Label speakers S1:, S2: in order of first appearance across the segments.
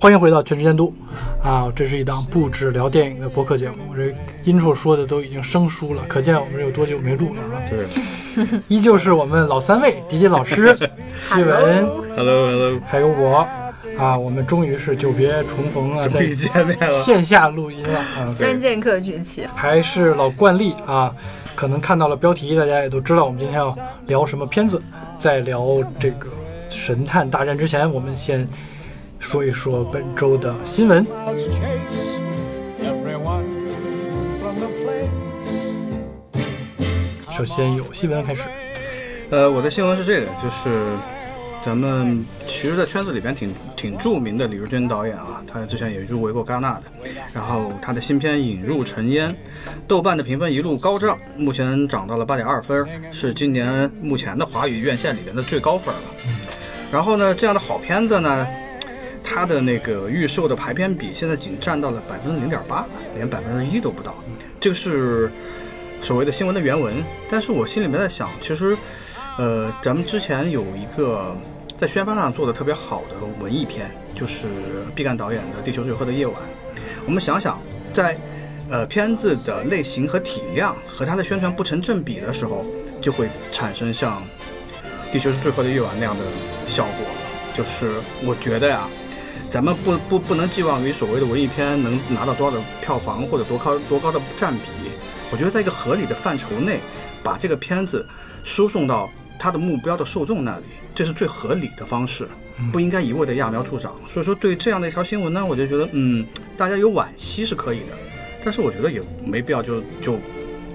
S1: 欢迎回到全职监督啊！这是一档不止聊电影的播客节目。我这 intro 说的都已经生疏了，可见我们有多久没录了啊！
S2: 对
S1: 依旧是我们老三位迪迪老 师、希文，
S2: ，Hello Hello，
S1: 还有我啊！我们终于是久别重逢啊，
S2: 终
S1: 在
S2: 于见面了。
S1: 线下录音了啊！
S3: 三剑客崛起，
S1: 还是老惯例啊，可能看到了标题，大家也都知道我们今天要聊什么片子。在聊这个《神探大战》之前，我们先说一说本周的新闻。
S4: clouds chase everyone from the place.
S1: 首先有新闻开始，
S2: 呃，我的新闻是这个，就是咱们其实，在圈子里边挺挺著名的李如君导演啊，他之前也入围过戛纳的，然后他的新片《引入尘烟》，豆瓣的评分一路高涨，目前涨到了八点二分，是今年目前的华语院线里边的最高分了。然后呢，这样的好片子呢，它的那个预售的排片比现在仅占到了百分之零点八，连百分之一都不到，这个是所谓的新闻的原文。但是我心里面在想，其实，呃，咱们之前有一个在宣发上做的特别好的文艺片，就是毕赣导演的《地球最后的夜晚》。我们想想，在呃片子的类型和体量和它的宣传不成正比的时候，就会产生像《地球是最后的夜晚》那样的效果了。就是我觉得呀、咱们不不不能寄望于所谓的文艺片能拿到多少的票房或者多高多高的占比。我觉得在一个合理的范畴内，把这个片子输送到它的目标的受众那里，这是最合理的方式，不应该一味的揠苗助长。所以说，对这样的一条新闻呢，我就觉得，嗯，大家有惋惜是可以的，但是我觉得也没必要就就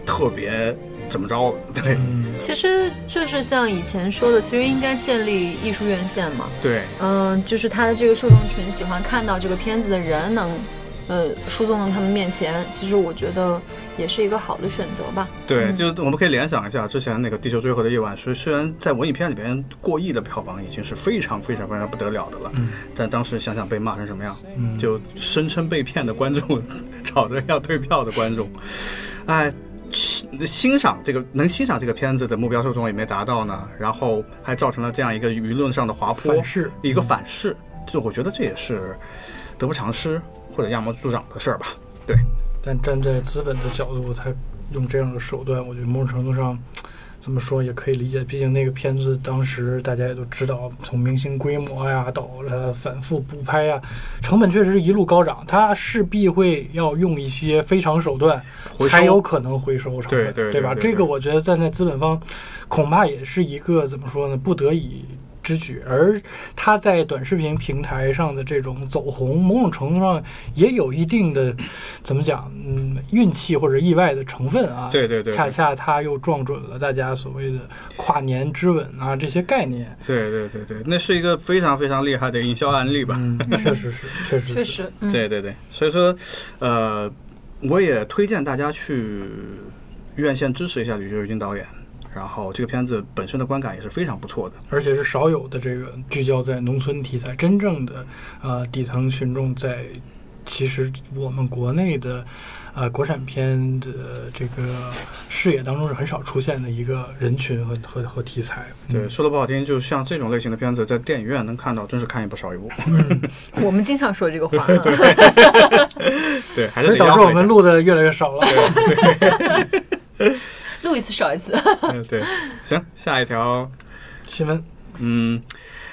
S2: 特别怎么着了，对
S3: 其实就是像以前说的，其实应该建立艺术院线嘛。
S2: 对。
S3: 嗯，就是他的这个受众群喜欢看到这个片子的人能，呃，输送到他们面前，其实我觉得也是一个好的选择吧。
S2: 对，就是我们可以联想一下之前那个《地球最后的夜晚》，虽虽然在文艺片里边过亿的票房已经是非常非常非常不得了的了，但当时想想被骂成什么样，就声称被骗的观众，吵着要退票的观众，哎。欣欣赏这个能欣赏这个片子的目标受众也没达到呢，然后还造成了这样一个舆论上的滑坡，
S1: 反噬
S2: 一个反噬，就我觉得这也是得不偿失或者揠苗助长的事儿吧。对，
S1: 但站在资本的角度，他用这样的手段，我觉得某种程度上。怎么说也可以理解，毕竟那个片子当时大家也都知道，从明星规模呀到了反复补拍呀，成本确实是一路高涨，它势必会要用一些非常手段，
S2: 回收
S1: 才有可能回收成本，
S2: 对对对
S1: 吧？
S2: 对
S1: 这
S2: 对
S1: 个我觉得站在资本方，恐怕也是一个怎么说呢，不得已之举。而他在短视频平台上的这种走红，某种程度上也有一定的怎么讲，嗯，运气或者意外的成分啊。
S2: 对对对对
S1: 恰恰他又撞准了大家所谓的跨年之吻啊这些概 念。
S2: 对对对对，那是一个非常非常厉害的营销案例吧。
S1: 嗯，确实是，确实是，
S3: 确实，嗯，
S2: 对对对，所以说，呃，我也推荐大家去院线支持一下吕秀军导演。然后这个片子本身的观感也是非常不错的。
S1: 而且是少有的这个聚焦在农村题材，真正的呃底层群众在其实我们国内的呃国产片的这个视野当中是很少出现的一个人群和和和题材。
S2: 对，说的不好听，就像这种类型的片子，在电影院能看到，真是看一部少一部。
S3: 我们经常说这个话啊，
S2: 对，还
S1: 所以导致我们录的越来越少了。
S3: 录一次少一次。
S2: 嗯对，行，下一条，
S1: 新闻
S2: 嗯，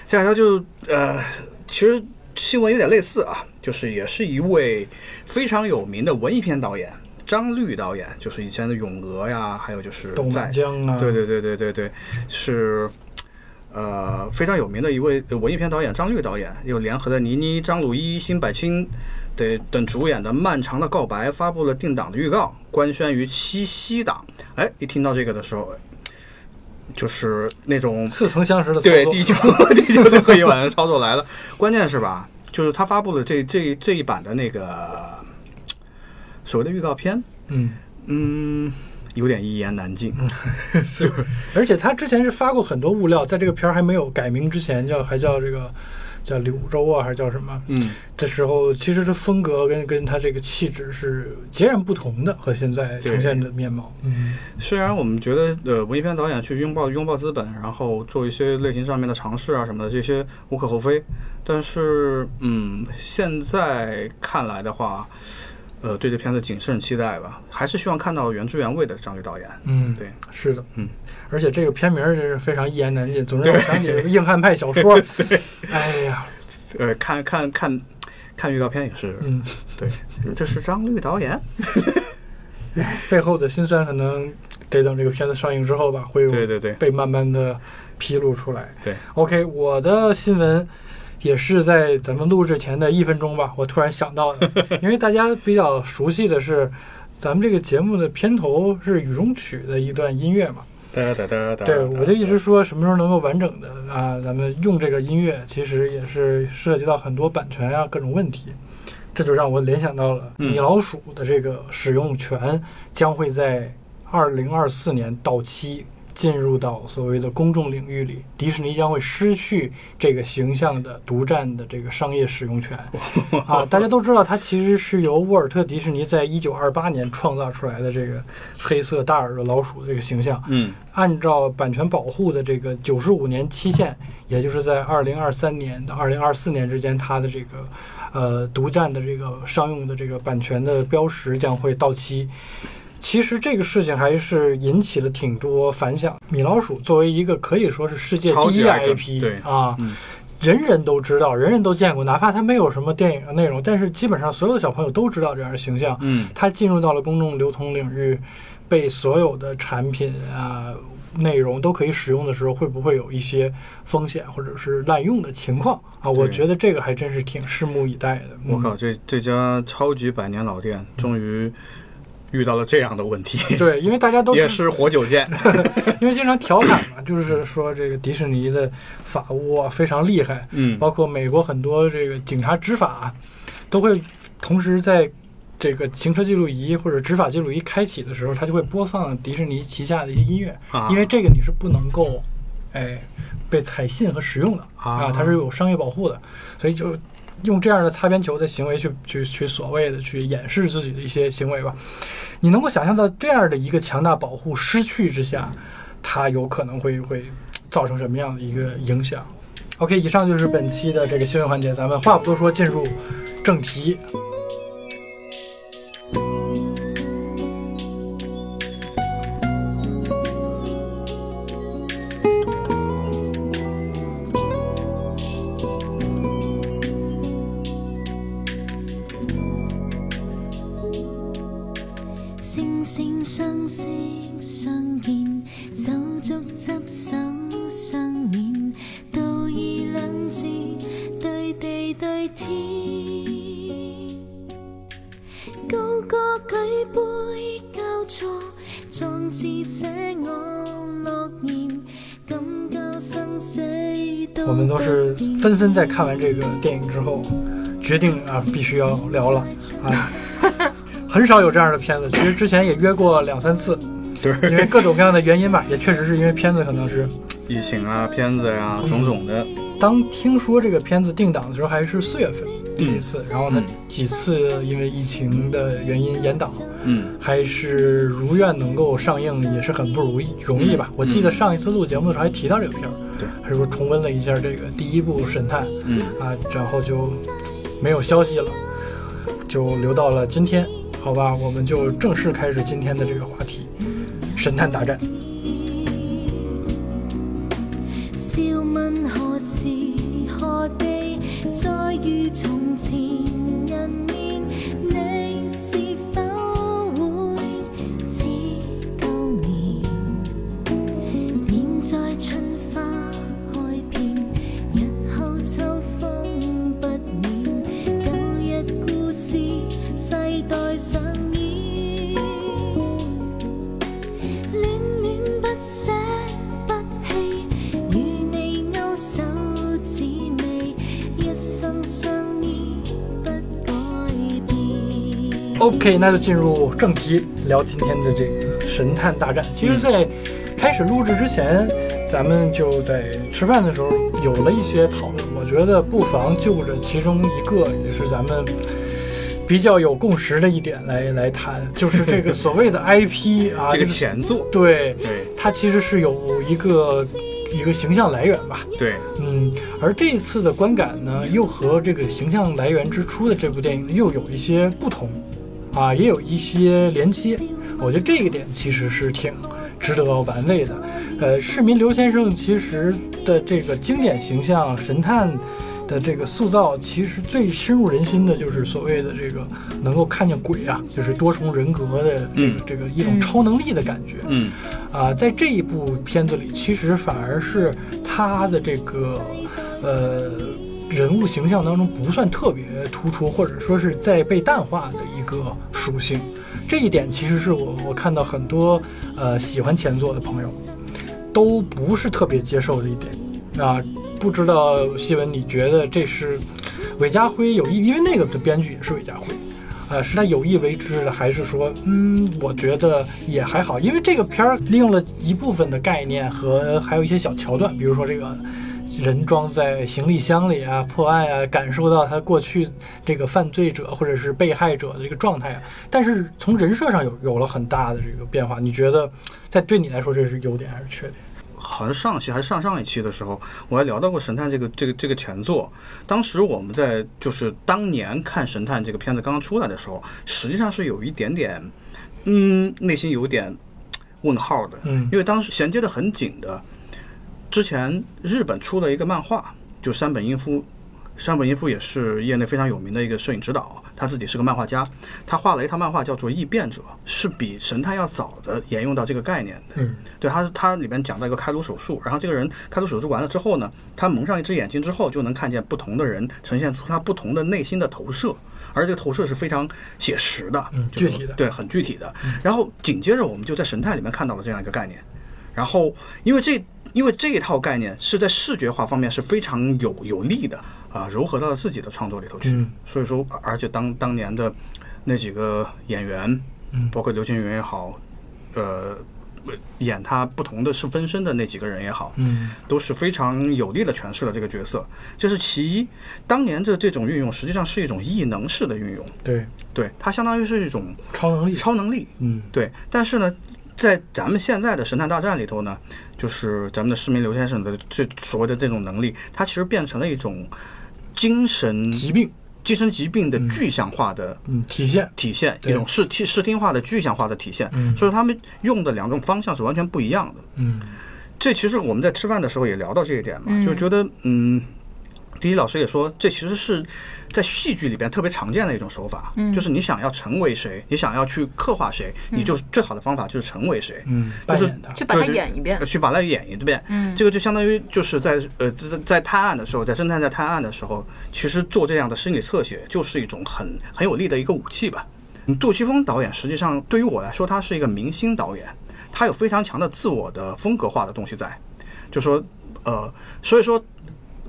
S2: 下一条就呃，其实新闻有点类似啊，就是也是一位非常有名的文艺片导演张律导演，就是以前的《咏鹅》呀，还有就是
S1: 董
S2: 在
S1: 满江啊，
S2: 对对对对对对，是呃非常有名的一位文艺片导演张律导演，又联合了倪妮、张鲁一、辛柏青对等主演的《漫长的告白》发布了定档的预告，官宣于七夕档。哎，一听到这个的时候，就是那种
S1: 似曾相识的操作
S2: 对地球 地球最后一晚的操作来了。关键是吧，就是他发布了这这这一版的那个所谓的预告片，
S1: 嗯，
S2: 嗯，有点一言难尽。
S1: 是，嗯 而且他之前是发过很多物料，在这个片儿还没有改名之前叫还叫这个叫柳州啊，还是叫什么？
S2: 嗯，
S1: 这时候其实这风格跟跟他这个气质是截然不同的，和现在呈现的面貌。嗯，
S2: 虽然我们觉得呃文艺片导演去拥抱拥抱资本，啊然后做一些类型上面的尝试啊什么的，这些无可厚非，但是嗯，现在看来的话，呃，对这片子谨慎期待吧，还是希望看到原汁原味的张律导演。
S1: 嗯，
S2: 对，
S1: 是的，
S2: 嗯，
S1: 而且这个片名儿真是非常一言难尽，总让我想起硬汉派小说。哎呀，
S2: 呃，看看看看预告片也是，
S1: 嗯，
S2: 对，这是张律导演，
S1: 背后的辛酸可能得等这个片子上映之后吧，会有
S2: 对对对，
S1: 被慢慢的披露出来。
S2: 对
S1: ，OK，我的新闻也是在咱们录制前的一分钟吧，我突然想到的，因为大家比较熟悉的是，咱们这个节目的片头是雨中曲的一段音乐嘛。
S2: 哒哒哒哒，
S1: 对，我就一直说什么时候能够完整的啊，咱们用这个音乐，其实也是涉及到很多版权啊各种问题。这就让我联想到了
S2: 嗯
S1: 米老鼠的这个使用权将会在二零二四年到期，进入到所谓的公众领域里，迪士尼将会失去这个形象的独占的这个商业使用权。啊，大家都知道，它其实是由沃尔特迪士尼在一九二八年创造出来的这个黑色大耳朵老鼠这个形象。
S2: 嗯
S1: 按照版权保护的这个九十五年期限，也就是在二零二三年到二零二四年之间，它的这个呃独占的这个商用的这个版权的标识将会到期。其实这个事情还是引起了挺多反响。米老鼠作为一个可以说是世界
S2: 超
S1: 第
S2: 级
S1: 一
S2: icon，
S1: IP
S2: 对
S1: 啊，
S2: 嗯
S1: 人人都知道，人人都见过，哪怕它没有什么电影的内容，但是基本上所有的小朋友都知道这样的形象。
S2: 嗯
S1: 它进入到了公众流通领域，被所有的产品啊、内容都可以使用的时候，会不会有一些风险或者是滥用的情况啊？我觉得这个还真是挺拭目以待的。
S2: 我靠，
S1: 嗯！
S2: 这这家超级百年老店终于遇到了这样的问题，
S1: 嗯对，因为大家都
S2: 也
S1: 知
S2: 是活久见。
S1: 因为经常调侃嘛，就是说这个迪士尼的法务啊非常厉害，
S2: 嗯
S1: 包括美国很多这个警察执法啊、都会同时在。这个行车记录仪或者执法记录仪开启的时候，它就会播放迪士尼旗下的一些音乐，
S2: 啊，
S1: 因为这个你是不能够，哎，被采信和使用的
S2: 啊
S1: 它是有商业保护的，所以就用这样的擦边球的行为去去去所谓的去掩饰自己的一些行为吧。你能够想象到这样的一个强大保护失去之下，它有可能会会造成什么样的一个影响？OK，以上就是本期的这个新闻环节，咱们话不多说，进入正题。
S5: 惺惺相惜相見，手足執手相勉，道義兩字對地對天。高歌舉杯交錯，壯志寫我諾言，敢交生死都
S1: 我们都是
S5: 不變
S1: 纷纷在看完这个电影之后，决定啊，必须要聊了啊。很少有这样的片子，其实之前也约过两三次，
S2: 对
S1: 因为各种各样的原因吧，也确实是因为片子可能是。
S2: 疫情啊、片子呀、种种的，
S1: 当听说这个片子定档的时候，还是四月份第一次，然后呢
S2: 嗯
S1: 几次因为疫情的原因延档，
S2: 嗯
S1: 还是如愿能够上映，也是很不容易容易吧
S2: 嗯。
S1: 我记得上一次录节目的时候还提到这个片儿，
S2: 对，
S1: 还说重温了一下这个第一部《神探》，
S2: 嗯，
S1: 啊，然后就没有消息了，就留到了今天，好吧，我们就正式开始今天的这个话题——神探大战。
S5: 笑問何時何地再遇從前人面，你是否會似舊年？現在春花開遍，日後秋風不免，舊日故事世代上演。戀戀不捨不棄，與你勾手指尾，一生相依不改變。
S1: OK，那就进入正题，聊今天的这个《神探大战》。
S2: 嗯
S1: 其实，在开始录制之前，咱们就在吃饭的时候有了一些讨论。我觉得不妨就着其中一个，也是咱们比较有共识的一点来来谈，就是 这个所谓的 IP 啊，
S2: 这
S1: 就是
S2: 个前作，
S1: 对，
S2: 对
S1: 它其实是有一个一个形象来源吧。
S2: 对，
S1: 嗯，而这一次的观感呢，又和这个形象来源之初的这部电影又有一些不同，啊，也有一些连接。我觉得这一点其实是挺值得玩味的。呃，市民刘先生其实的这个经典形象神探的这个塑造，其实最深入人心的就是所谓的这个能够看见鬼啊，就是多重人格的这个、
S2: 嗯
S1: 这个一种超能力的感觉。
S2: 嗯，
S1: 啊、在这一部片子里，其实反而是他的这个呃人物形象当中不算特别突出，或者说是在被淡化的一个属性。这一点其实是我我看到很多呃喜欢前作的朋友都不是特别接受的一点。那、不知道希文，你觉得这是韦家辉有意？因为那个的编剧也是韦家辉。呃，是他有意为之的，还是说，嗯，我觉得也还好，因为这个片儿利用了一部分的概念和还有一些小桥段，比如说这个人装在行李箱里啊，破案啊，感受到他过去这个犯罪者或者是被害者的这个状态啊，但是从人设上有有了很大的这个变化，你觉得在对你来说这是优点还是缺点？
S2: 好像上期还是上上一期的时候，我还聊到过《神探》这个这个这个前作。当时我们在就是当年看《神探》这个片子刚刚出来的时候，实际上是有一点点，嗯，内心有点问号的，
S1: 嗯
S2: 因为当时衔接的很紧的。之前日本出了一个漫画，就山本英夫。山本英夫也是业内非常有名的一个摄影指导，他自己是个漫画家，他画了一套漫画叫做《异变者》，是比神探要早的沿用到这个概念的。
S1: 嗯
S2: 对，他他里面讲到一个开颅手术，然后这个人开颅手术完了之后呢，他蒙上一只眼睛之后，就能看见不同的人，呈现出他不同的内心的投射，而这个投射是非常写实的，
S1: 嗯
S2: 就是
S1: 具体的
S2: 对，很具体的。然后紧接着我们就在神探里面看到了这样一个概念，然后因为这。因为这一套概念是在视觉化方面是非常有有利的啊、柔合到了自己的创作里头去，
S1: 嗯
S2: 所以说，而且当当年的那几个演员，
S1: 嗯
S2: 包括刘青云也好，呃，演他不同的是分身的那几个人也好，
S1: 嗯
S2: 都是非常有力的诠释了这个角色。这是其一，当年的这种运用实际上是一种异能式的运用，
S1: 对，
S2: 对，它相当于是一种
S1: 超能力，
S2: 超能力，
S1: 嗯
S2: 对。但是呢，在咱们现在的神探大战里头呢，就是咱们的市民刘先生的这所谓的这种能力，它其实变成了一种精神
S1: 疾病，
S2: 精神疾病的具象化的
S1: 嗯体现，
S2: 体现，
S1: 对
S2: 一种视听视听化的具象化的体现，
S1: 嗯
S2: 所以他们用的两种方向是完全不一样的。
S1: 嗯
S2: 这其实我们在吃饭的时候也聊到这一点嘛，就觉得嗯，迪迪老师也说，这其实是在戏剧里边特别常见的一种手法，就是你想要成为谁，你想要去刻画谁，你就是最好的方法就是成为谁，
S1: 嗯，
S2: 就
S1: 扮
S2: 是
S1: 演他，
S3: 就把它
S2: 对就
S3: 演一遍
S2: 呃。去把它演一遍。嗯，这个就相当于就是在呃在在探案的时候，在侦探在探案的时候，其实做这样的心理侧写就是一种很很有力的一个武器吧。嗯杜琪峰导演实际上对于我来说，他是一个明星导演，他有非常强的自我的风格化的东西在，就说呃，所以说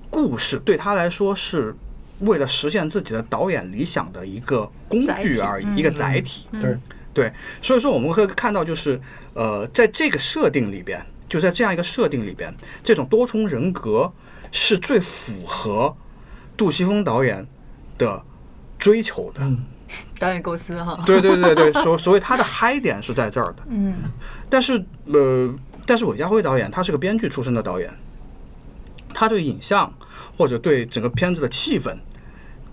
S2: 故事对他来说是。为了实现自己的导演理想的一个工
S3: 载
S2: 具
S3: 体嗯
S2: 而已，一个载体。
S1: 对，
S2: 对，所以说我们会看到，就是呃，在这个设定里边，就在这样一个设定里边，这种多重人格是最符合杜琪峰导演的追求的。
S1: 嗯
S3: 导演构思哈，
S2: 对对对对，所所谓他的嗨点是在这儿的。嗯，但是呃，但是韦家辉导演他是个编剧出身的导演，他对影像或者对整个片子的气氛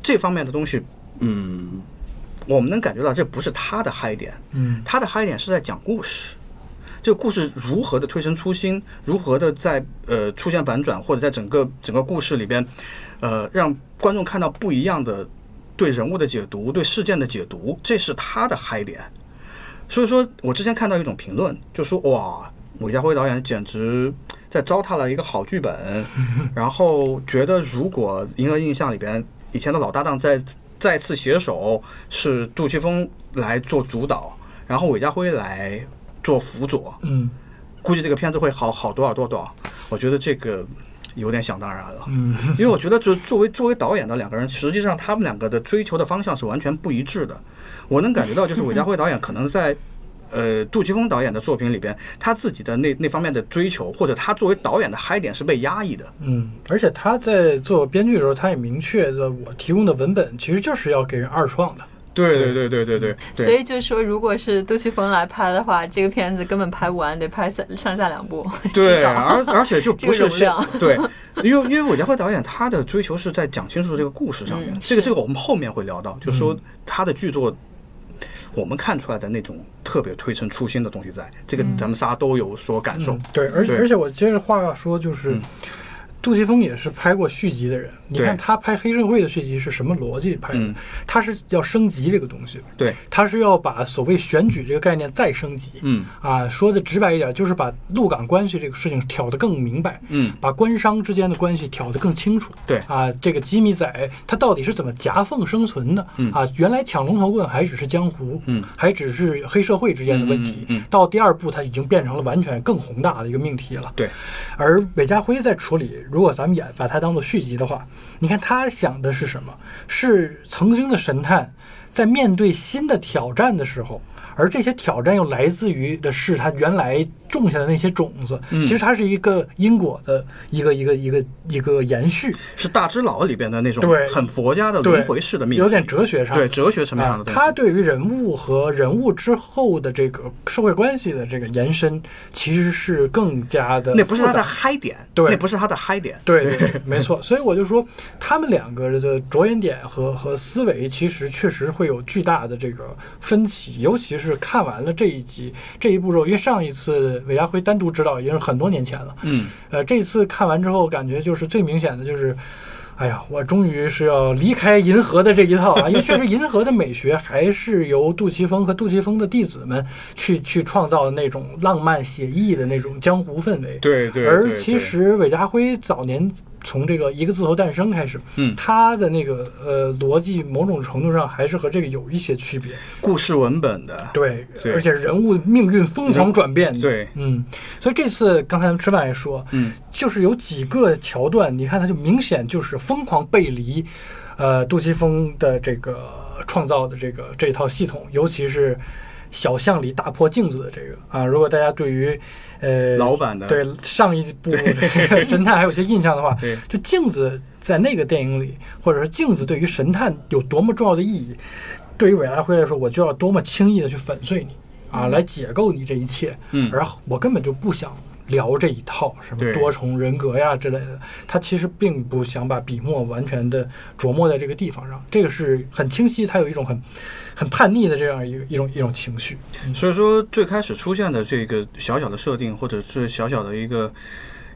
S2: 这方面的东西，嗯，我们能感觉到这不是他的嗨点，
S1: 嗯
S2: 他的嗨点是在讲故事。这个故事如何的推陈出新，如何的在呃出现反转，或者在整个整个故事里边，呃，让观众看到不一样的对人物的解读、对事件的解读，这是他的嗨点。所以说我之前看到一种评论，就说哇，韦家辉导演简直在糟蹋了一个好剧本，然后觉得如果《银河印象》里边以前的老搭档再再次携手，是杜琪峰来做主导，然后韦家辉来做辅佐，
S1: 嗯
S2: 估计这个片子会好好多少啊多少多少。我觉得这个有点想当然了。
S1: 嗯
S2: 因为我觉得作作为作为导演的两个人，实际上他们两个的追求的方向是完全不一致的。我能感觉到，就是韦家辉导演可能在呃杜琪峰导演的作品里边，他自己的那那方面的追求，或者他作为导演的嗨点是被压抑的。
S1: 嗯，而且他在做编剧的时候，他也明确的，我提供的文本其实就是要给人二创的。
S2: 对对对对对对对。
S3: 所以就是说，如果是杜琪峰来拍的话，这个片子根本拍不完，得拍三上下两部。
S2: 对，
S3: 至少
S2: 而而且就 不
S3: 这个
S2: 是
S3: 容
S2: 像
S3: 量
S2: 对，因为因为韦家辉导演他的追求是在讲清楚这个故事上面，
S3: 嗯
S2: 这个
S3: 是
S2: 这个我们后面会聊到，就
S1: 嗯
S2: 是说他的剧作，我们看出来的那种特别推陈出新的东西在，这
S3: 嗯
S2: 个咱们仨都有所感受。
S1: 对，而且
S2: 对
S1: 而且我接着话说，就是、
S2: 嗯
S1: 杜琪峰也是拍过续集的人。你
S2: 对
S1: 看他拍黑社会的续集是什么逻辑拍的？
S2: 嗯
S1: 他是要升级这个东西，
S2: 对，
S1: 他是要把所谓选举这个概念再升级。
S2: 嗯
S1: 啊，说的直白一点，就是把陆港关系这个事情挑得更明白，
S2: 嗯
S1: 把官商之间的关系挑得更清楚。
S2: 对
S1: 啊，这个吉米仔他到底是怎么夹缝生存的？
S2: 嗯
S1: 啊，原来抢龙头棍还只是江湖，
S2: 嗯
S1: 还只是黑社会之间的问题。
S2: 嗯嗯嗯嗯
S1: 到第二部，它已经变成了完全更宏大的一个命题了。
S2: 对，
S1: 而韦家辉在处理，如果咱们演把它当做续集的话，你看他想的是什么？是曾经的神探在面对新的挑战的时候。而这些挑战又来自于的是他原来种下的那些种子，
S2: 嗯
S1: 其实它是一个因果的一个一个一个一个延续，
S2: 是《大智老》里边的那种
S1: 对
S2: 很佛家的
S1: 对
S2: 轮回式的命题，
S1: 有点哲学上
S2: 对哲学层面上
S1: 啊，
S2: 的东西。
S1: 他对于人物和人物之后的这个社会关系的这个延伸，其实是更加的
S2: 那不是他
S1: 复
S2: 的
S1: 杂
S2: 嗨点，
S1: 对
S2: 那不是他的嗨点，
S1: 对对对，没错。所以我就说，他们两个的着眼点和和思维，其实确实会有巨大的这个分歧。尤其是看完了这一集这一部之后，因为上一次韦家辉单独指导已经是很多年前了，
S2: 嗯，
S1: 呃，这次看完之后，感觉就是最明显的就是。哎呀，我终于是要离开银河的这一套啊！因为确实，银河的美学还是由杜琪峰和杜琪峰的弟子们去去创造的那种浪漫写意的那种江湖氛围。
S2: 对对
S1: 而其实韦家辉早年从这个一个字头诞生开始，
S2: 嗯
S1: 他的那个呃逻辑某种程度上还是和这个有一些区别，
S2: 故事文本的，
S1: 对，
S2: 对
S1: 而且人物命运疯狂转变，
S2: 对
S1: 嗯，所以这次刚才咱们吃饭也说，
S2: 嗯，
S1: 就是有几个桥段，你看他就明显就是疯狂背离，呃，杜琪峰的这个创造的这个这一套系统，尤其是。小巷里打破镜子的这个啊，如果大家对于呃
S2: 老版的
S1: 对上一部这 个神探还有些印象的话
S2: 对，
S1: 就镜子在那个电影里，或者说镜子对于神探有多么重要的意义，对于韦家辉来说，我就要多么轻易的去粉碎你啊，来解构你这一切。
S2: 嗯
S1: 而我根本就不想聊这一套什
S2: 对
S1: 么多重人格呀之类的。他其实并不想把笔墨完全的琢磨在这个地方上，这个是很清晰，他有一种很很叛逆的这样一个一种一种情绪。
S2: 所以说，最开始出现的这个小小的设定，或者是小小的一个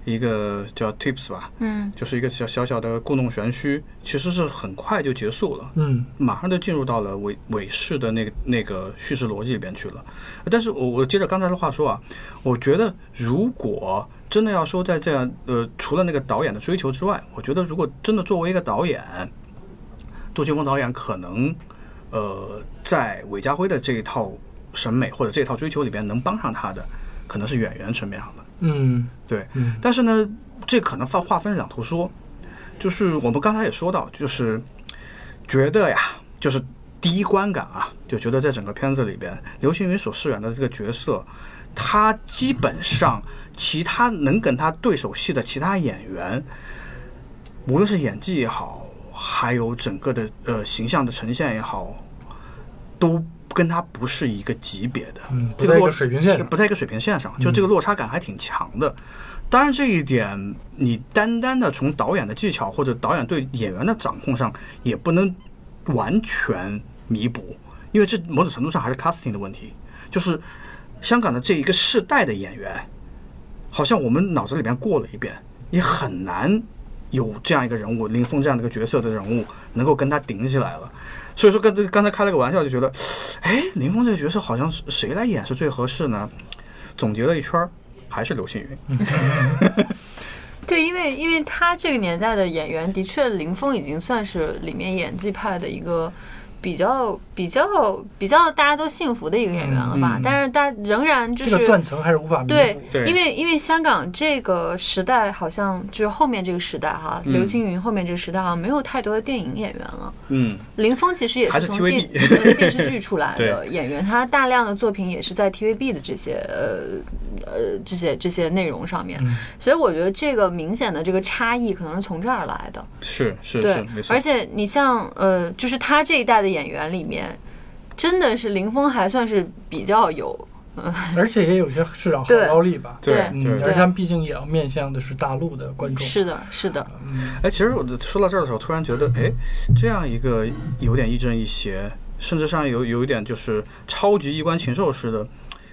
S2: 一个叫 tips 吧，
S3: 嗯，
S2: 就是一个小小小的故弄玄虚，其实是很快就结束了，
S1: 嗯
S2: 马上就进入到了韦韦氏的那个那个叙事逻辑里边去了。但是我我接着刚才的话说啊，我觉得如果真的要说在这样呃，除了那个导演的追求之外，我觉得如果真的作为一个导演，杜琪峰导演可能呃，在韦家辉的这一套审美或者这一套追求里边，能帮上他的，可能是演员层面上的。
S1: 嗯
S2: 对，
S1: 嗯
S2: 但是呢，这可能划划分两头说，就是我们刚才也说到，就是觉得呀，就是第一观感啊，就觉得在整个片子里边，刘青云所饰演的这个角色，他基本上其他能跟他对手戏的其他演员，无论是演技也好，还有整个的呃形象的呈现也好，都跟他不是一个级别的，
S1: 嗯不
S2: 这
S1: 在
S2: 个
S1: 一
S2: 落
S1: 个水平线
S2: 这
S1: 上嗯
S2: 不在一个水平线上，就这个落差感还挺强的。当然，这一点你单单的从导演的技巧或者导演对演员的掌控上，也不能完全弥补，因为这某种程度上还是 casting 的问题，就是香港的这一个世代的演员，好像我们脑子里面过了一遍，也很难有这样一个人物，林峰这样的一个角色的人物能够跟他顶起来了。所以说刚才刚才开了个玩笑，就觉得，哎，林峰这个角色好像是谁来演是最合适呢？总结了一圈儿，还是刘青云。
S3: 对，因为因为他这个年代的演员，的确林峰已经算是里面演技派的一个。比较比较比较大家都幸福的一个演员了吧。
S2: 嗯嗯
S3: 但是大家仍然就
S1: 这
S3: 是
S1: 个断层还是无法弥
S3: 对
S1: 补。，
S2: 对
S3: 因为因为香港这个时代好像就是后面这个时代哈，
S2: 嗯
S3: 刘青云后面这个时代好像没有太多的电影演员了。
S2: 嗯，
S3: 林峰其实也
S2: 还
S3: 是
S2: 是
S3: 从
S2: TVB
S3: 电呃电视剧出来的
S2: 对
S3: 演员，他大量的作品也是在 TVB 的这些呃呃这些这些内容上面，
S2: 嗯
S3: 所以我觉得这个明显的这个差异可能是从这儿来的。
S2: 是是是
S3: 对，，
S2: 没错
S3: 而。且你像呃，就是他这一代的演员里面，真的是林峰还算是比较有
S1: 而且也有些市场号
S3: 对
S1: 召力吧。
S2: 对
S1: 嗯，
S2: 对
S1: 而且他们毕竟也要面向的是大陆的观众。
S3: 是的，是的，
S2: 哎，其实我的说到这儿的时候，突然觉得，哎，这样一个有点亦正亦邪，甚至上有有一点就是超级衣冠禽兽似的，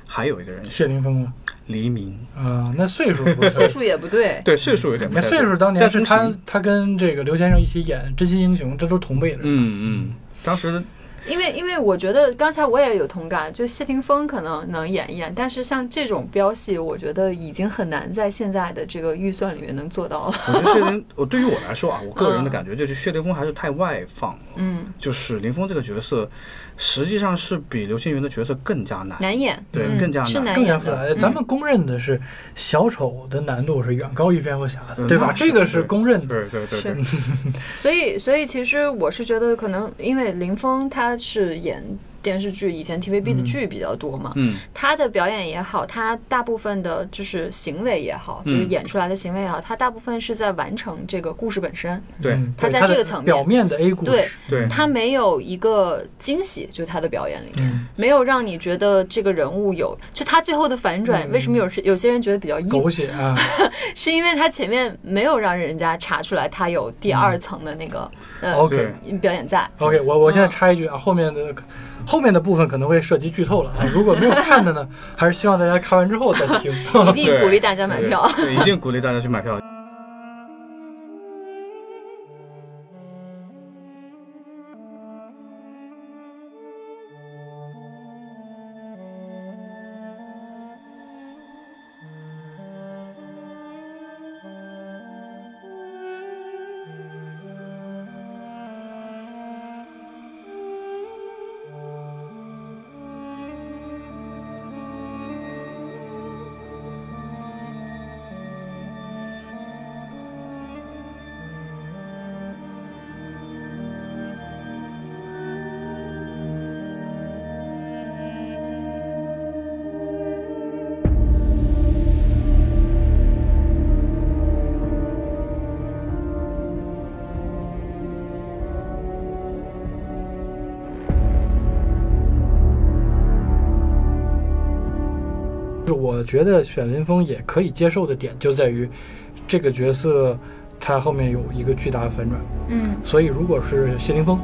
S2: 还有一个人
S1: 谢霆锋嘛，
S2: 黎明，
S1: 啊，那岁数不
S3: 岁
S1: 岁
S3: 数也不对，
S2: 对岁数有点不
S1: 那
S2: 太对，
S1: 岁数当年
S2: 但
S1: 是
S2: 东
S1: 他
S2: 西，
S1: 他跟这个刘先生一起演《真心英雄》，这都是同辈的人。
S2: 嗯嗯，当时
S3: 因为因为我觉得刚才我也有同感，就谢霆锋可能能演一演，但是像这种飙戏，我觉得已经很难在现在的这个预算里面能做到了。
S2: 我觉得谢霆，我对于我来说啊，我个人的感觉就是谢霆锋还是太外放了，
S3: 嗯，
S2: 就是林峰这个角色，实际上是比刘青云的角色更加难，
S3: 难演，
S2: 对
S3: 嗯
S2: 更加
S3: 是
S2: 难
S3: 难
S1: 更加
S3: 演
S1: 复杂
S3: 的。。
S1: 咱们公认的是小丑的难度是远高于蝙蝠侠的，对吧？
S2: 那
S1: 这个是公认的。
S2: 对对对对，
S3: 所以所以其实我是觉得，可能因为林峰他是演电视剧，以前 TVB 的剧比较多嘛，
S2: 嗯
S3: 他的表演也好，他大部分的就是行为也好，就是
S2: 嗯
S3: 演出来的行为也好，他大部分是在完成这个故事本身，
S2: 对
S1: 嗯
S3: 他
S1: 对
S3: 在
S1: 他
S3: 这个
S1: 的
S3: 层面
S1: 表面的 A 故
S3: 对
S1: 事，
S2: 对，
S3: 他没有一个惊喜，就他的表演里面。
S1: 嗯，
S3: 没有让你觉得这个人物有，就他最后的反转，为什么有时有些人觉得比较硬
S1: 嗯狗，血啊，
S3: 是因为他前面没有让人家查出来他有第二层的那个、呃
S1: 嗯哦 OK
S2: 对
S3: 表 演在。
S1: OK，我我现
S3: 嗯
S1: 在插一句啊，后面的后面的部分可能会涉及剧透了啊。如果没有看的呢，还是希望大家看完之后再听。
S3: 一定鼓励大家买票。
S2: 对，对一定鼓励大家去买票。
S1: 就是我觉得选林峰也可以接受的点就在于这个角色他后面有一个巨大的反转，
S3: 嗯
S1: 所以如果是谢霆锋。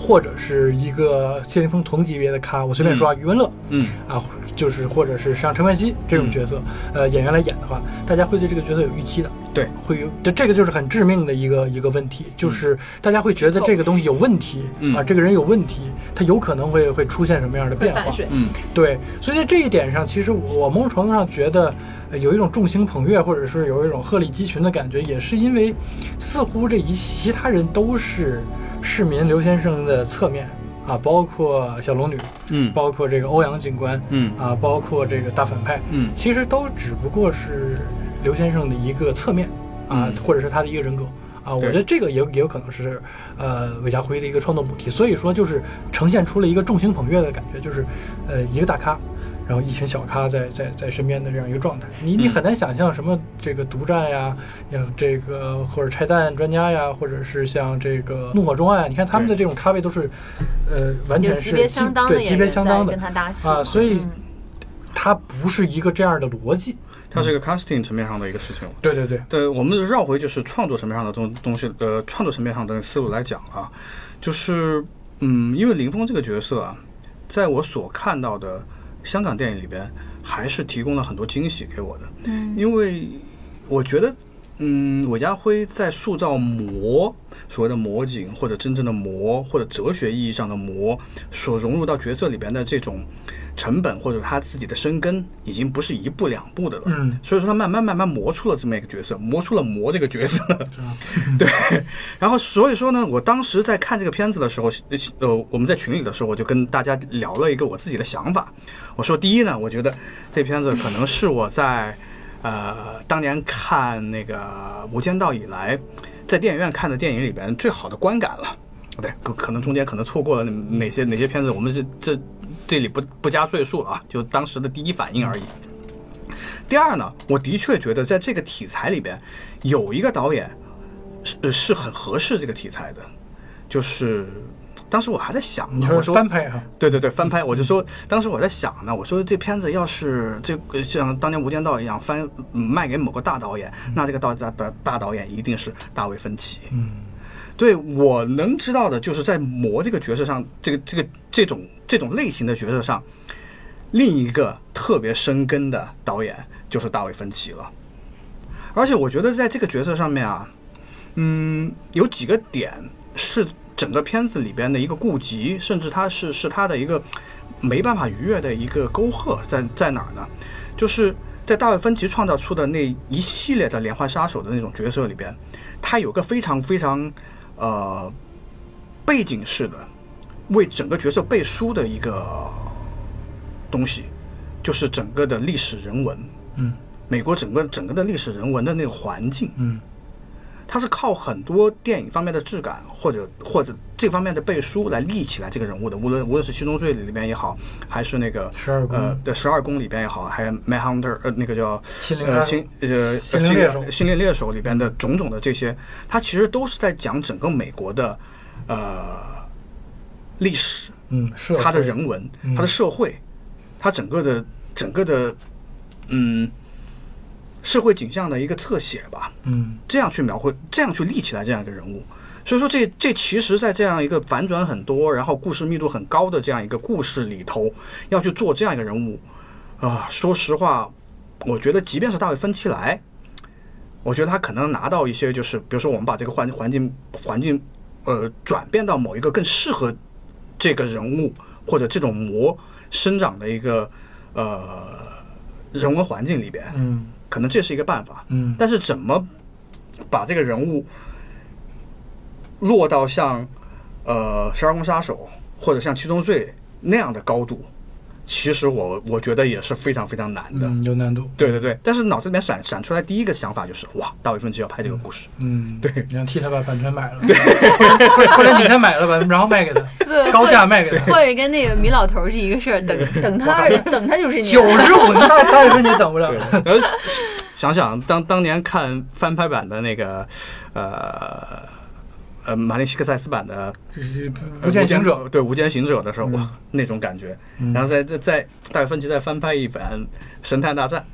S1: 或者是一个谢霆锋同级别的咖，我随便说啊，余文乐
S2: 嗯，
S1: 啊，就是或者是像陈冠希这种角色，呃，演员来演的话，大家会对这个角色有预期的。
S2: 对，
S1: 会有，这这个就是很致命的一个一个问题，就是大家会觉得这个东西有问题、
S2: 嗯
S1: 啊，这个人有问题，他有可能会会出现什么样的 变化？
S3: 反水
S2: 嗯
S1: 对，所以在这一点上，其实我某种程度上觉得呃有一种众星捧月，或者是有一种鹤立鸡群的感觉，也是因为似乎这一其他人都是市民刘先生的侧面啊，包括小龙女，
S2: 嗯
S1: 包括这个欧阳警官，
S2: 嗯
S1: 啊，包括这个大反派，
S2: 嗯
S1: 其实都只不过是刘先生的一个侧面啊，
S2: 嗯
S1: 或者是他的一个人格啊。我
S2: 对
S1: 觉得这个也也有可能是呃韦家辉的一个创作母题，所以说就是呈现出了一个众星捧月的感觉，就是呃一个大咖。然后一群小咖在在在身边的这样一个状态，你你
S2: 嗯
S1: 很难想象什么这个独占呀，呀这个或者拆弹专家呀，或者是像这个怒火中案，你看他们的这种咖位都是，呃，完
S3: 有
S1: 全
S3: 级
S1: 是
S3: 别相当的
S1: 对级
S3: 演
S1: 别
S3: 员
S1: 相
S3: 在
S1: 当的
S3: 跟他搭戏
S1: 啊，所以
S3: 嗯
S1: 它不是一个这样的逻辑。
S2: 它是一个 casting 层面上的一个事情了。
S1: 对对对，
S2: 对，我们绕回就是创作层面上的东东西，呃，创作层面上的思路来讲啊，就是嗯，因为林峰这个角色啊，在我所看到的香港电影里边，还是提供了很多惊喜给我的。嗯，因为我觉得嗯，韦家辉在塑造魔，所谓的魔警或者真正的魔，或者哲学意义上的魔，所融入到角色里边的这种成本或者他自己的生根，已经不是一步两步的了。
S1: 嗯，
S2: 所以说他慢慢慢慢磨出了这么一个角色，磨出了魔这个角色。 对，然后所以说呢，我当时在看这个片子的时候，呃，我们在群里的时候，我就跟大家聊了一个我自己的想法。我说，第一呢，我觉得这片子可能是我在呃当年看那个《无间道》以来，在电影院看的电影里边最好的观感了。对，可可能中间可能错过了哪些哪些片子，我们这这这里不不加赘述了啊，就当时的第一反应而已。第二呢，我的确觉得在这个题材里边，有一个导演是是很合适这个题材的，就是当时我还在想，
S1: 你
S2: 我
S1: 说
S2: 说
S1: 翻拍哈、
S2: 对对对，翻拍，我就说，当时我在想呢，我说这片子要是这个像当年《无间道》一样翻嗯卖给某个大导演，那这个大大大大导演一定是大卫芬奇。
S1: 嗯，
S2: 对我能知道的就是在魔这个角色上，这个这个这种这种类型的角色上，另一个特别生根的导演就是大卫芬奇了。而且我觉得在这个角色上面啊，嗯，有几个点是整个片子里边的一个痼疾，甚至它是是它的一个没办法逾越的一个沟壑，在在哪儿呢？就是在大卫芬奇创造出的那一系列的连环杀手的那种角色里边，他有个非常非常呃背景式的为整个角色背书的一个东西，就是整个的历史人文，
S1: 嗯
S2: 美国整个整个的历史人文的那个环境，
S1: 嗯
S2: 它是靠很多电影方面的质感或者或者这方面的背书来立起来这个人物的，无论无论是《七宗罪》里边也好，还是那个
S1: 12宫
S2: 呃对十二宫里边也好，还有《Manhunter》呃那个叫
S1: 心灵杀
S2: 呃
S1: 手
S2: 心呃
S1: 心灵猎手
S2: 心灵猎手里边的种种的这些，它其实都是在讲整个美国的呃历史，
S1: 嗯，是
S2: 它的人文，
S1: 嗯
S2: 它的社会，它整个的整个的嗯社会景象的一个侧写吧，
S1: 嗯
S2: 这样去描绘，这样去立起来这样一个人物。所以说这，这其实，在这样一个反转很多，然后故事密度很高的这样一个故事里头，要去做这样一个人物，啊，说实话，我觉得即便是大卫芬奇来，我觉得他可能拿到一些，就是比如说我们把这个环环境环境，呃，转变到某一个更适合这个人物或者这种魔生长的一个呃人文环境里边，
S1: 嗯
S2: 可能这是一个办法。
S1: 嗯
S2: 但是怎么把这个人物落到像呃《十二宫杀手》或者像《七宗罪》那样的高度，其实我我觉得也是非常非常难的。
S1: 嗯，有难度。
S2: 对对对，但是脑子里面闪闪出来第一个想法就是，哇，大卫芬奇要拍这个故事，
S1: 嗯，对，你想替他把版权买了，对， 或者你先买了版，然后卖给他，
S3: 对，
S1: 高价卖给他
S3: 或，者嗯跟那个米老头儿是一个事儿，等等他 二等他就是你
S1: 九十五，那大卫芬奇等不了了。
S2: 然后呃想想当当年看翻拍版的那个，呃。呃，马林希克塞斯版的呃
S1: 无间行者，
S2: 对《无间行者》的时候，
S1: 嗯
S2: 哇，那种感觉。
S1: 嗯
S2: 然后再再再大卫芬奇再翻拍一版《神探大战》，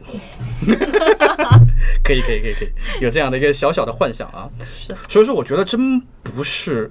S2: 可以可以可以可以，有这样的一个小小的幻想啊。
S3: 是，
S2: 所以说我觉得真不是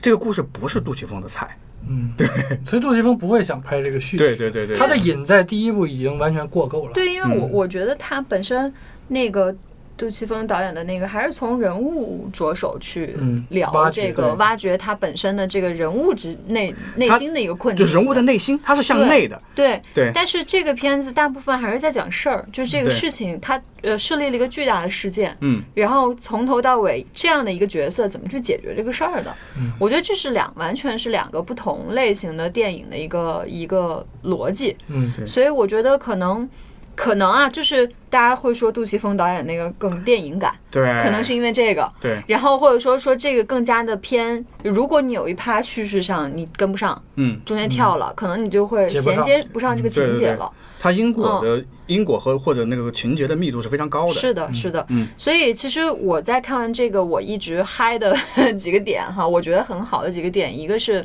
S2: 这个故事不是杜琪峰的菜。
S1: 嗯，对，所以杜琪峰不会想拍这个续集，
S2: 对对对
S1: 他的瘾在第一部已经完全过够了。，
S3: 对，因为我
S2: 嗯
S3: 我觉得他本身那个杜琪峰导演的那个，还是从人物着手去
S1: 嗯
S3: 聊
S1: 挖掘
S3: 这个，
S1: 对
S3: 挖掘他本身的这个人物之内内
S2: 他
S3: 心的一个困
S2: 就
S3: 境，
S2: 人物的内心，它是向内的。
S3: 对。
S2: 对，
S3: 但是这个片子大部分还是在讲事儿，就这个
S2: 对
S3: 事情，它呃设立了一个巨大的事件，
S2: 嗯，
S3: 然后从头到尾这样的一个角色怎么去解决这个事儿的？
S2: 嗯
S3: 我觉得这是两完全是两个不同类型的电影的一个一个逻辑，
S1: 嗯，
S2: 对
S3: 所以我觉得可能可能啊，就是大家会说杜琪峰导演那个更电影感，
S2: 对，
S3: 可能是因为这个。
S2: 对，
S3: 然后或者说说这个更加的偏，如果你有一趴叙事上你跟不上，
S2: 嗯，
S3: 中间跳了，可能你就会
S1: 接不
S3: 衔
S1: 上
S3: 接不上这个
S2: 对
S3: 情
S2: 对
S3: 节
S2: 对
S3: 了。
S2: 它因果的因果和或者那个情节的密度是非常高的。
S3: 是的，是的。
S2: 嗯
S3: 所以其实我在看 完这个，我一直嗨的几个点哈，我觉得很好的几个点，一个是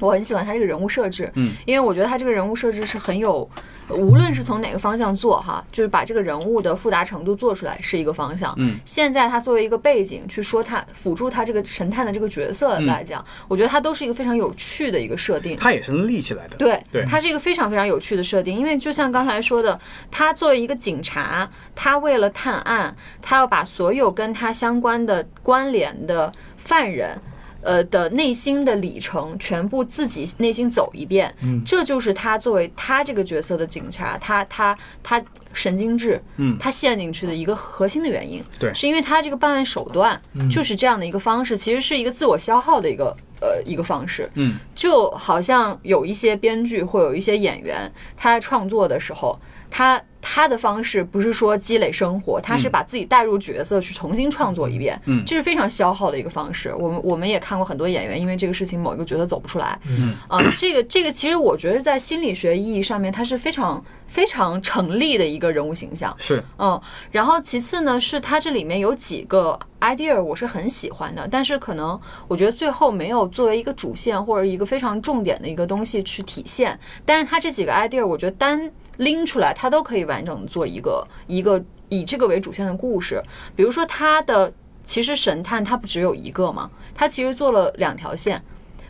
S3: 我很喜欢他这个人物设置，
S2: 嗯，
S3: 因为我觉得他这个人物设置是很有，无论是从哪个方向做哈，就是把这个人物的复杂程度做出来是一个方向。
S2: 嗯，
S3: 现在他作为一个背景去说他辅助他这个神探的这个角色
S2: 嗯
S3: 来讲，我觉得他都是一个非常有趣的一个设定。
S2: 它也是立起来的。
S3: 对，
S2: 对
S3: 它是一个非常非常有趣的设定，因为就像刚才说的，他作为一个警察，他为了探案，他要把所有跟他相关的关联的犯人。呃的内心的里程全部自己内心走一遍，
S1: 嗯
S3: 这就是他作为他这个角色的警察，他他他神经质，
S2: 嗯
S3: 他陷进去的一个核心的原因，
S2: 对嗯
S3: 是因为他这个办案手段就是这样的一个方式，其实是一个自我消耗的一个呃一个方式，
S2: 嗯，
S3: 就好像有一些编剧或有一些演员，他在创作的时候，他他的方式不是说积累生活，他是把自己带入角色去重新创作一遍，
S2: 嗯
S3: 这是非常消耗的一个方式。我们我们也看过很多演员因为这个事情某一个角色走不出来，
S1: 嗯，
S3: 啊、这个这个其实我觉得在心理学意义上面，它是非常非常成立的一个人物形象。
S2: 是
S3: 嗯，然后其次呢，是它这里面有几个 idea 我是很喜欢的，但是可能我觉得最后没有作为一个主线或者一个非常重点的一个东西去体现。但是它这几个 idea 我觉得单拎出来，它都可以完整地做一个一个以这个为主线的故事。比如说它的其实神探它不只有一个嘛，它其实做了两条线，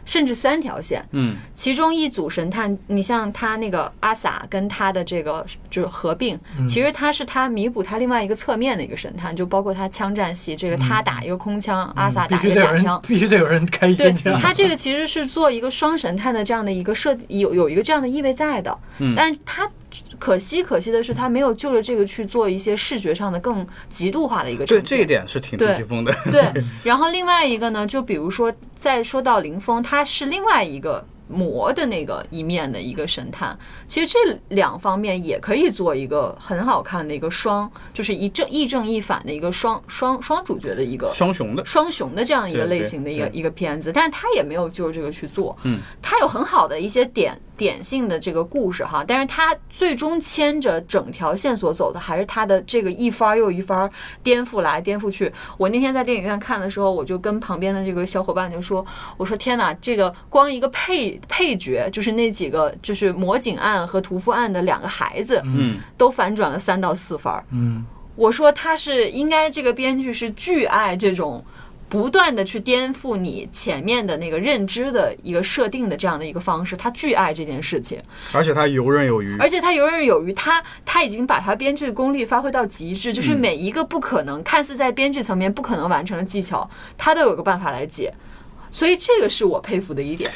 S3: 甚至三条线。
S2: 嗯
S3: 其中一组神探，你像他那个阿萨跟他的这个就是合并，
S1: 嗯
S3: 其实他是他弥补他另外一个侧面的一个神探，就包括他枪战戏，这个他打一个空枪，阿
S1: 嗯
S3: 萨
S1: 必
S3: 打一
S1: 须
S3: 个
S1: 得有
S3: 假
S1: 人
S3: 枪，。
S1: 必须得有人开
S3: 对
S1: 心枪。
S3: 他这个其实是做一个双神探的这样的一个设，有有一个这样的意味在的，
S1: 嗯
S3: 但他可惜可惜的是，他没有就着这个去做一些视觉上的更极度化的一个呈
S2: 这
S3: 现。
S2: 这一点是挺杜
S3: 对
S2: 琪峰的。
S3: 对，然后另外一个呢，就比如说再说到林峰，他是另外一个魔的那个一面的一个神探。其实这两方面也可以做一个很好看的一个双，就是一正亦正亦反的一个双双双主角的一个
S2: 双雄的，
S3: 双雄的这样一个
S2: 对对
S3: 类型的一个
S2: 对
S3: 一个片子，但是他也没有就这个去做，
S2: 嗯，
S3: 他有很好的一些点点性的这个故事哈，但是他最终牵着整条线索走的还是他的这个一番儿又一番儿颠覆来颠覆去。我那天在电影院看的时候，我就跟旁边的这个小伙伴就说，我说天哪，这个光一个配配角，就是那几个就是魔警案和屠夫案的两个孩子，
S2: 嗯，
S3: 都反转了三到四番儿，
S1: 嗯，
S3: 我说他是应该这个编剧是巨爱这种不断的去颠覆你前面的那个认知的一个设定的这样的一个方式，他巨爱这件事情，
S2: 而且他游刃有余。
S3: 而且他游刃有余，他他已经把他编剧功力发挥到极致，就是每一个不可能、看似在编剧层面不可能完成的技巧，他都有个办法来解，所以这个是我佩服的一点。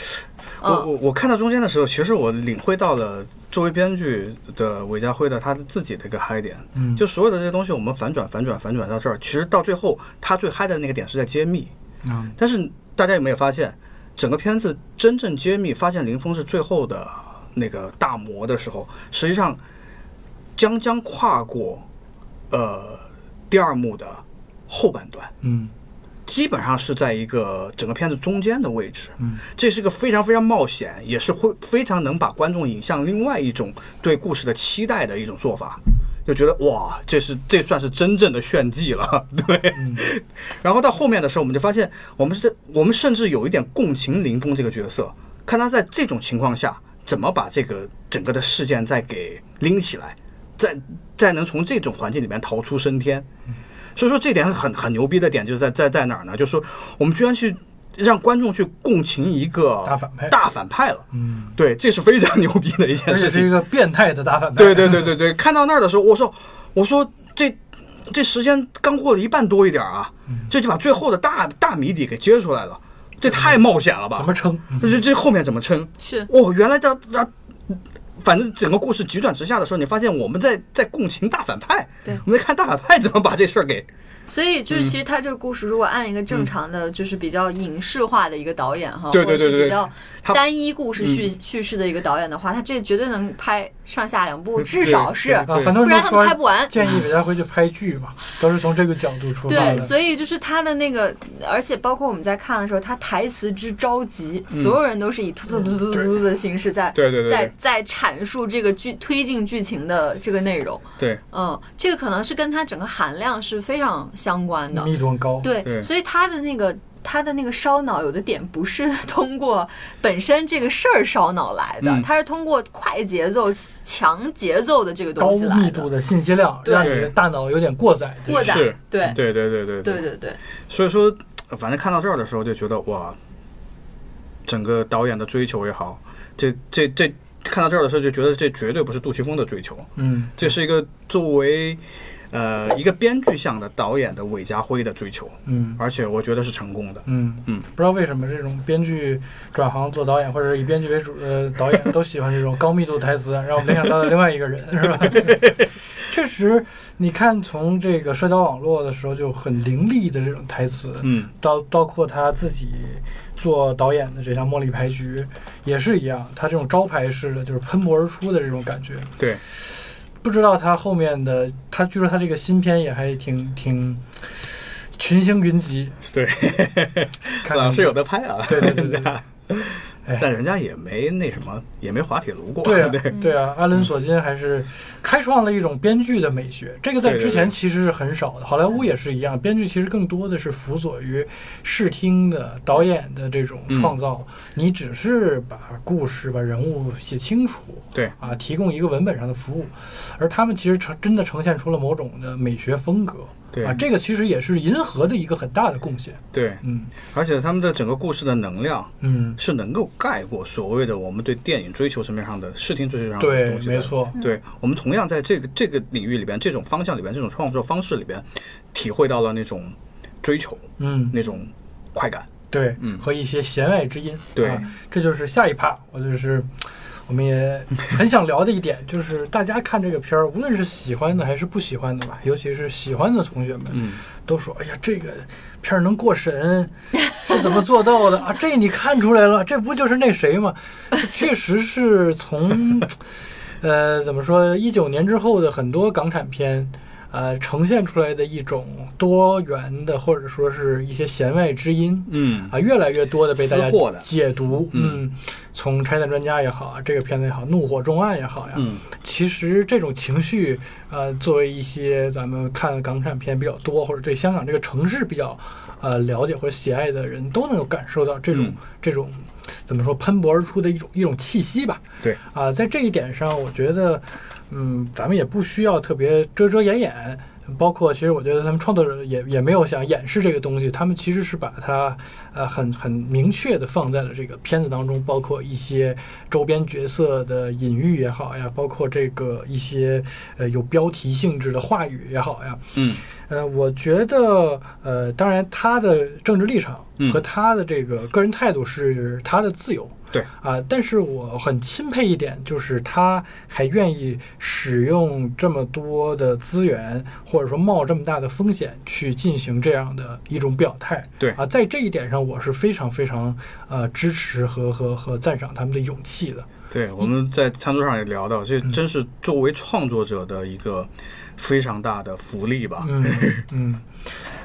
S2: 我
S3: 嗯
S2: 我我看到中间的时候，其实我领会到了作为编剧的韦家辉的他自己的一个嗨点，
S1: 嗯
S2: 就所有的这些东西，我们反转反转反转到这儿，其实到最后他最嗨的那个点是在揭秘。
S1: 嗯
S2: 但是大家有没有发现，整个片子真正揭秘发现林峰是最后的那个大魔的时候，实际上将将跨过呃第二幕的后半段。
S1: 嗯
S2: 基本上是在一个整个片子中间的位置，
S1: 嗯，
S2: 这是个非常非常冒险，也是会非常能把观众引向另外一种对故事的期待的一种做法，就觉得哇，这是这算是真正的炫技了， 对。
S1: 嗯
S2: 然后到后面的时候，我们就发现，我们是我们甚至有一点共情林峰这个角色，看他在这种情况下怎么把这个整个的事件再给拎起来，再再能从这种环境里面逃出升天。所以说这点很很牛逼的点就是在在在哪儿呢？就是说我们居然去让观众去共情一个
S1: 大反派
S2: 大反派了，
S1: 嗯，
S2: 对，这是非常牛逼的一件
S1: 而且
S2: 事
S1: 是一
S2: 情。
S1: 个变态的大反派。
S2: 对对对对对，看到那儿的时候，我说我说这这时间刚过了一半多一点儿啊，这就把最后的大大谜底给揭出来了，这太冒险了吧？
S1: 怎么撑？
S2: 这这这后面怎么撑？
S3: 是
S2: 哦，原来这这，反正整个故事急转直下的时候，你发现我们在在共情大反派，
S3: 对
S2: 我们在看大反派怎么把这事儿给
S3: 所以
S2: 嗯
S3: 就是，其实他这个故事如果按一个正常的，就是比较影视化的一个导演哈，
S2: 对对对
S3: 或者
S2: 对
S3: 是比较
S2: 他嗯
S3: 单一故事叙叙事的一个导演的话，他这绝对能拍上下两部，至
S2: 对
S3: 少是，
S2: 对
S1: 啊，很多
S3: 不然
S1: 人
S3: 他
S1: 都
S3: 们拍不
S1: 说
S3: 完。
S1: 建议韦家辉去拍剧嘛，都是从这个角度出发的。
S3: 对，所以就是他的那个，而且包括我们在看的时候，他台词之着急，所有人都是以突突突突突突的形式在
S2: 嗯对对对对
S3: 在在阐述这个剧推进剧情的这个内容。
S2: 对
S3: 嗯，这个可能是跟他整个含量是非常相关的。
S1: 密度很高。
S3: 对，
S2: 对
S3: 所以他的那个他的那个烧脑，有的点不是 通过本身这个事儿烧脑来的，
S2: 嗯
S3: 它是通过快节奏、强节奏的这个
S1: 高
S3: 东西来
S1: 密度
S3: 的。
S1: 的信息量，
S3: 对
S1: 让你的大脑有点过载。
S3: 过载
S2: 是，
S3: 对
S2: 对对对对
S3: 对对对，
S2: 所以说，呃反正看到这儿的时候就觉得哇，整个导演的追求也好，这这这看到这儿的时候就觉得这绝对不是杜琪峰的追求，
S1: 嗯，
S2: 这是一个作为呃一个编剧向的导演的韦家辉的追求，
S1: 嗯
S2: 而且我觉得是成功的。
S1: 嗯
S2: 嗯，
S1: 不知道为什么这种编剧转行做导演或者以编剧为主的导演都喜欢这种高密度台词，让我们联想到了另外一个人，是吧？ 确实，你看从这个社交网络的时候就很凌厉的这种台词，
S2: 嗯，
S1: 到包括他自己做导演的这项《茉莉牌局》也是一样，他这种招牌式的就是喷薄而出的这种感觉。
S2: 对，
S1: 不知道他后面的，他据说他这个新片也还挺挺群星云集，
S2: 对，
S1: 看
S2: 老
S1: 看
S2: 是有的拍啊。
S1: 对对对 对哎
S2: 但人家也没那什么，也没滑铁卢过。
S1: 对啊
S2: 对，
S1: 对啊，阿伦索金还是开创了一种编剧的美学，这个在
S2: 对对嗯
S1: 之前
S2: 对
S1: 其实是很少的。好莱坞也是一样，编剧其实更多的是辅佐于视听的导演的这种创造，
S2: 嗯
S1: 你只是把故事、把人物写清楚，
S2: 对
S1: 啊，提供一个文本上的服务，而他们其实呈真的呈现出了某种的美学风格。
S2: 对
S1: 啊，这个其实也是银河的一个很大的贡献。
S2: 对，
S1: 嗯
S2: 而且他们的整个故事的能量
S1: 嗯，
S2: 是能够盖过所谓的我们对电影追求层面上的视听追求上的
S1: 对
S2: 东，西的。
S1: 没错，
S2: 对我们同样在这个这个领域里边、这种方向里边、这种创作方式里边，体会到了那种追求、
S1: 嗯。
S2: 那种快感。
S1: 对，
S2: 嗯
S1: 和一些弦外之音。
S2: 对
S1: 啊这就是下一趴，我就是我们也很想聊的一点， 就是大家看这个片儿，无论是喜欢的还是不喜欢的吧，尤其是喜欢的同学们，
S2: 嗯，
S1: 都说：“哎呀，这个片儿能过审， 是怎么做到的啊？这你看出来了，这不就是那谁吗？ 确实是从，呃，怎么说，一九年之后的很多港产片，呃，呈现出来的一种多元的，或者说是一些弦外之音，
S2: 嗯
S1: 啊，越来越多的被大家
S2: 私货的
S1: 解读，
S2: 嗯
S1: 嗯，从拆弹专家也好啊，这个片子也好，怒火中案也好呀，
S2: 嗯，
S1: 其实这种情绪，呃，作为一些咱们看港产片比较多，或者对香港这个城市比较呃了解或者喜爱的人，都能够感受到这种、
S2: 嗯
S1: 这种怎么说喷薄而出的一种一种气息吧。
S2: 对，
S1: 啊、在这一点上，我觉得，嗯，咱们也不需要特别遮遮掩掩。包括，其实我觉得他们创作者也也没有想掩饰这个东西，他们其实是把它，呃，很很明确的放在了这个片子当中，包括一些周边角色的隐喻也好呀，包括这个一些呃有标题性质的话语也好呀，
S2: 嗯，
S1: 呃，我觉得呃，当然他的政治立场
S2: 嗯
S1: 和他的这个个人态度是他的自由，
S2: 对
S1: 啊，但是我很钦佩一点，就是他还愿意使用这么多的资源，或者说冒这么大的风险去进行这样的一种表态。
S2: 对
S1: 啊，在这一点上，我是非常非常呃支持和和和赞赏他们的勇气的。
S2: 对，我们在餐桌上也聊到，这真是作为创作者的一个非常大的福利吧。
S1: 嗯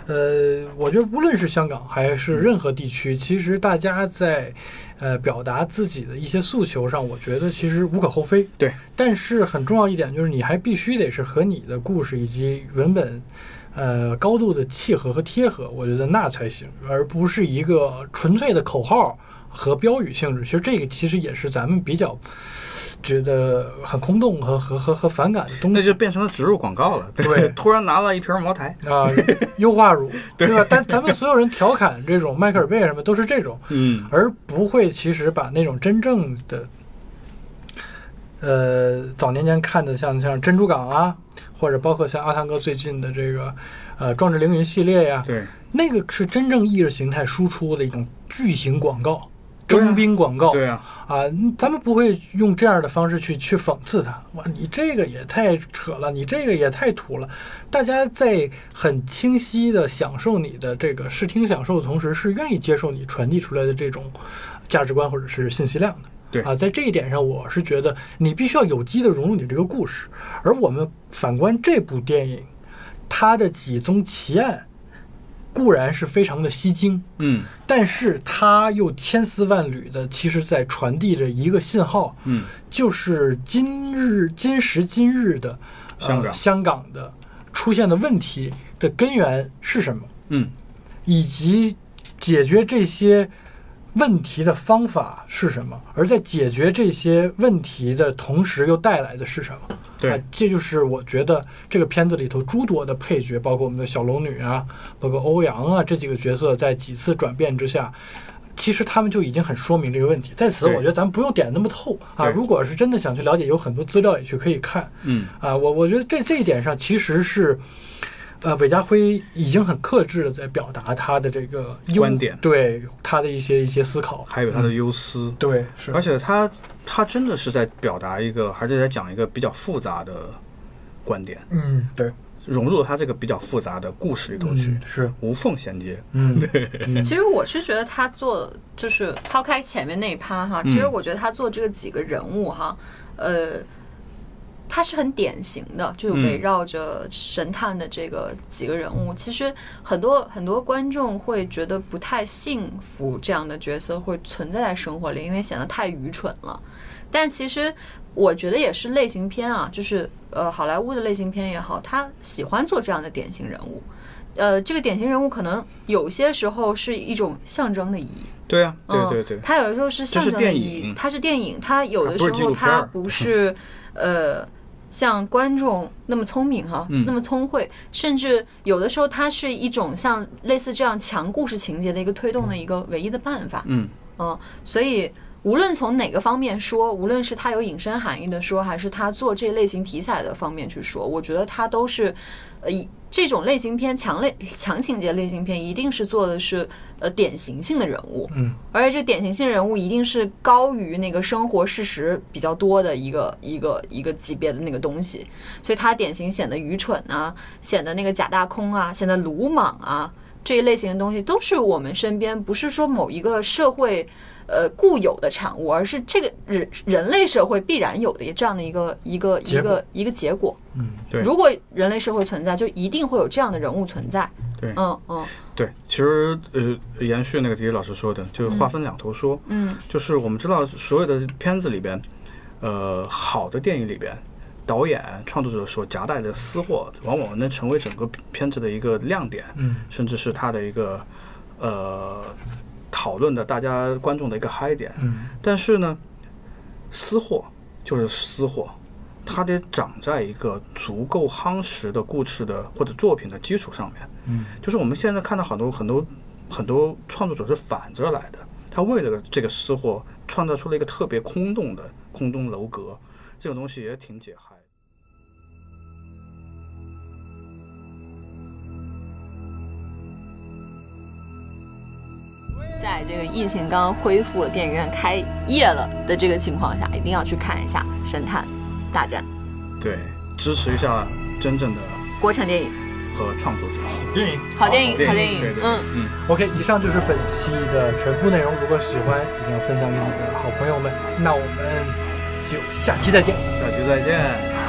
S1: 嗯，呃，我觉得无论是香港还
S2: 嗯
S1: 是任何地区，其实大家在呃表达自己的一些诉求上，我觉得其实无可厚非。
S2: 对，
S1: 但是很重要一点就是，你还必须得是和你的故事以及文本。呃，高度的契合和贴合，我觉得那才行，而不是一个纯粹的口号和标语性质。其实这个其实也是咱们比较觉得很空洞和和和和反感的东西。
S2: 那就变成了植入广告了。
S1: 对
S2: 突然拿了一瓶茅台。
S1: 啊，优化 乳，对吧？但咱们所有人调侃这种迈克尔贝什么都是这种，
S2: 嗯，
S1: 而不会其实把那种真正的，呃，早年间看的像像珍珠港啊，或者包括像阿汤哥最近的这个呃《壮志凌云》系列呀、
S2: 嗯对，
S1: 那个是真正意识形态输出的一种巨型广告。
S2: 对啊
S1: 征兵广告，
S2: 对啊，
S1: 啊，嗯咱们不会用这样的方式去去讽刺他。哇，你这个也太扯了，你这个也太土了。大家在很清晰的享受你的这个视听享受的同时，是愿意接受你传递出来的这种价值观或者是信息量的。
S2: 对
S1: 啊，在这一点上，我是觉得你必须要有机的融入你这个故事。而我们反观这部电影，它的几宗奇案固然是非常的吸睛，
S2: 嗯
S1: 但是它又千丝万缕的，其实在传递着一个信号，
S2: 嗯，
S1: 就是今日今时今日的、呃
S2: 香港
S1: 香港的出现的问题的根源是什么，
S2: 嗯，
S1: 以及解决这些问题的方法是什么，而在解决这些问题的同时又带来的是什么。啊
S2: 对，
S1: 这就是我觉得这个片子里头诸多的配角，包括我们的小龙女啊，包括欧阳啊这几个角色，在几次转变之下。其实他们就已经很说明这个问题，在此
S2: 对
S1: 我觉得咱们不用点那么透啊。
S2: 对
S1: 如果是真的想去了解，有很多资料也去可以看
S2: 嗯，
S1: 啊。我我觉得这这一点上其实是，呃，韦家辉已经很克制的在表达他的这个忧
S2: 观点
S1: 对他的一些一些思考，
S2: 还有他的忧思，
S1: 对是
S2: 而且他他真的是在表达一个，还是在讲一个比较复杂的观点，
S1: 嗯对
S2: 融入了他这个比较复杂的故事里头去
S1: 嗯，是
S2: 无缝衔接。
S1: 嗯
S3: 其实我是觉得他做就是抛开前面那一趴哈，
S1: 嗯
S3: 其实我觉得他做这个几个人物哈，呃，他是很典型的，就是围绕着神探的这个几个人物。其实很多很多观众会觉得不太幸福这样的角色会存在在生活里，因为显得太愚蠢了。但其实我觉得也是类型片啊，就是呃好莱坞的类型片也好，他喜欢做这样的典型人物。呃，这个典型人物可能有些时候是一种象征的意义，
S2: 对啊，
S3: 嗯，
S2: 对对对，
S3: 它有的时候是象
S2: 这是
S3: 征的
S2: 电
S3: 意义
S2: 影，
S3: 它是电影，它有
S2: 它
S3: 的
S2: 不
S3: 时
S2: 是纪
S3: 候
S2: 录片
S3: 它
S2: 儿嗯
S3: 不是呃像观众那么聪明哈，那么聪慧，甚至有的时候它是一种像类似这样强故事情节的一个推动的一个唯一的办法，
S2: 嗯
S3: 嗯，所以无论从哪个方面说，无论是他有引申含义的说，还是他做这类型题材的方面去说，我觉得他都是，呃，一这种类型片强类强情节类型片一定是做的是呃典型性的人物，
S1: 嗯，
S3: 而且这典型性人物一定是高于那个生活事实比较多的一个一个一个级别的那个东西，所以他典型显得愚蠢啊，显得那个假大空啊，显得鲁莽啊。这一类型的东西都是我们身边，不是说某一个社会呃固有的产物，而是这个人人类社会必然有的这样的一个一个一
S1: 结果
S3: 个一个结果。
S1: 嗯
S2: 对
S3: 如果人类社会存在，就一定会有这样的人物存在。
S2: 对
S3: 嗯嗯
S2: 对，其实呃，延续那个迪迪老师说的，就是话分两头说，
S3: 嗯，
S2: 就是我们知道所有的片子里边，呃，好的电影里边。导演、创作者所夹带的私货，往往能成为整个片子的一个亮点。
S1: 嗯
S2: 甚至是他的一个呃讨论的大家观众的一个嗨点。
S1: 嗯
S2: 但是呢，私货就是私货，它得长在一个足够夯实的故事的或者作品的基础上面。
S1: 嗯，
S2: 就是我们现在看到很多很多很多创作者是反着来的，他为了这个私货创造出了一个特别空洞的空中楼阁，这种东西也挺解嗨。
S3: 在这个疫情刚刚恢复了，电影院开业了的这个情况下，一定要去看一下《神探大战
S2: 对，支持一下真正的》
S3: 国产电影，
S2: 和创作者。
S1: 电影
S3: 好电影，
S2: 好
S3: 好
S2: 电
S3: 电
S2: 影
S3: 影
S2: 对对，对
S3: 嗯。
S2: 嗯。
S1: OK，以上就是本期的全部内容。如果喜欢，一定要分享给你的好朋友们。那我们就下期再见。
S2: 下期再见。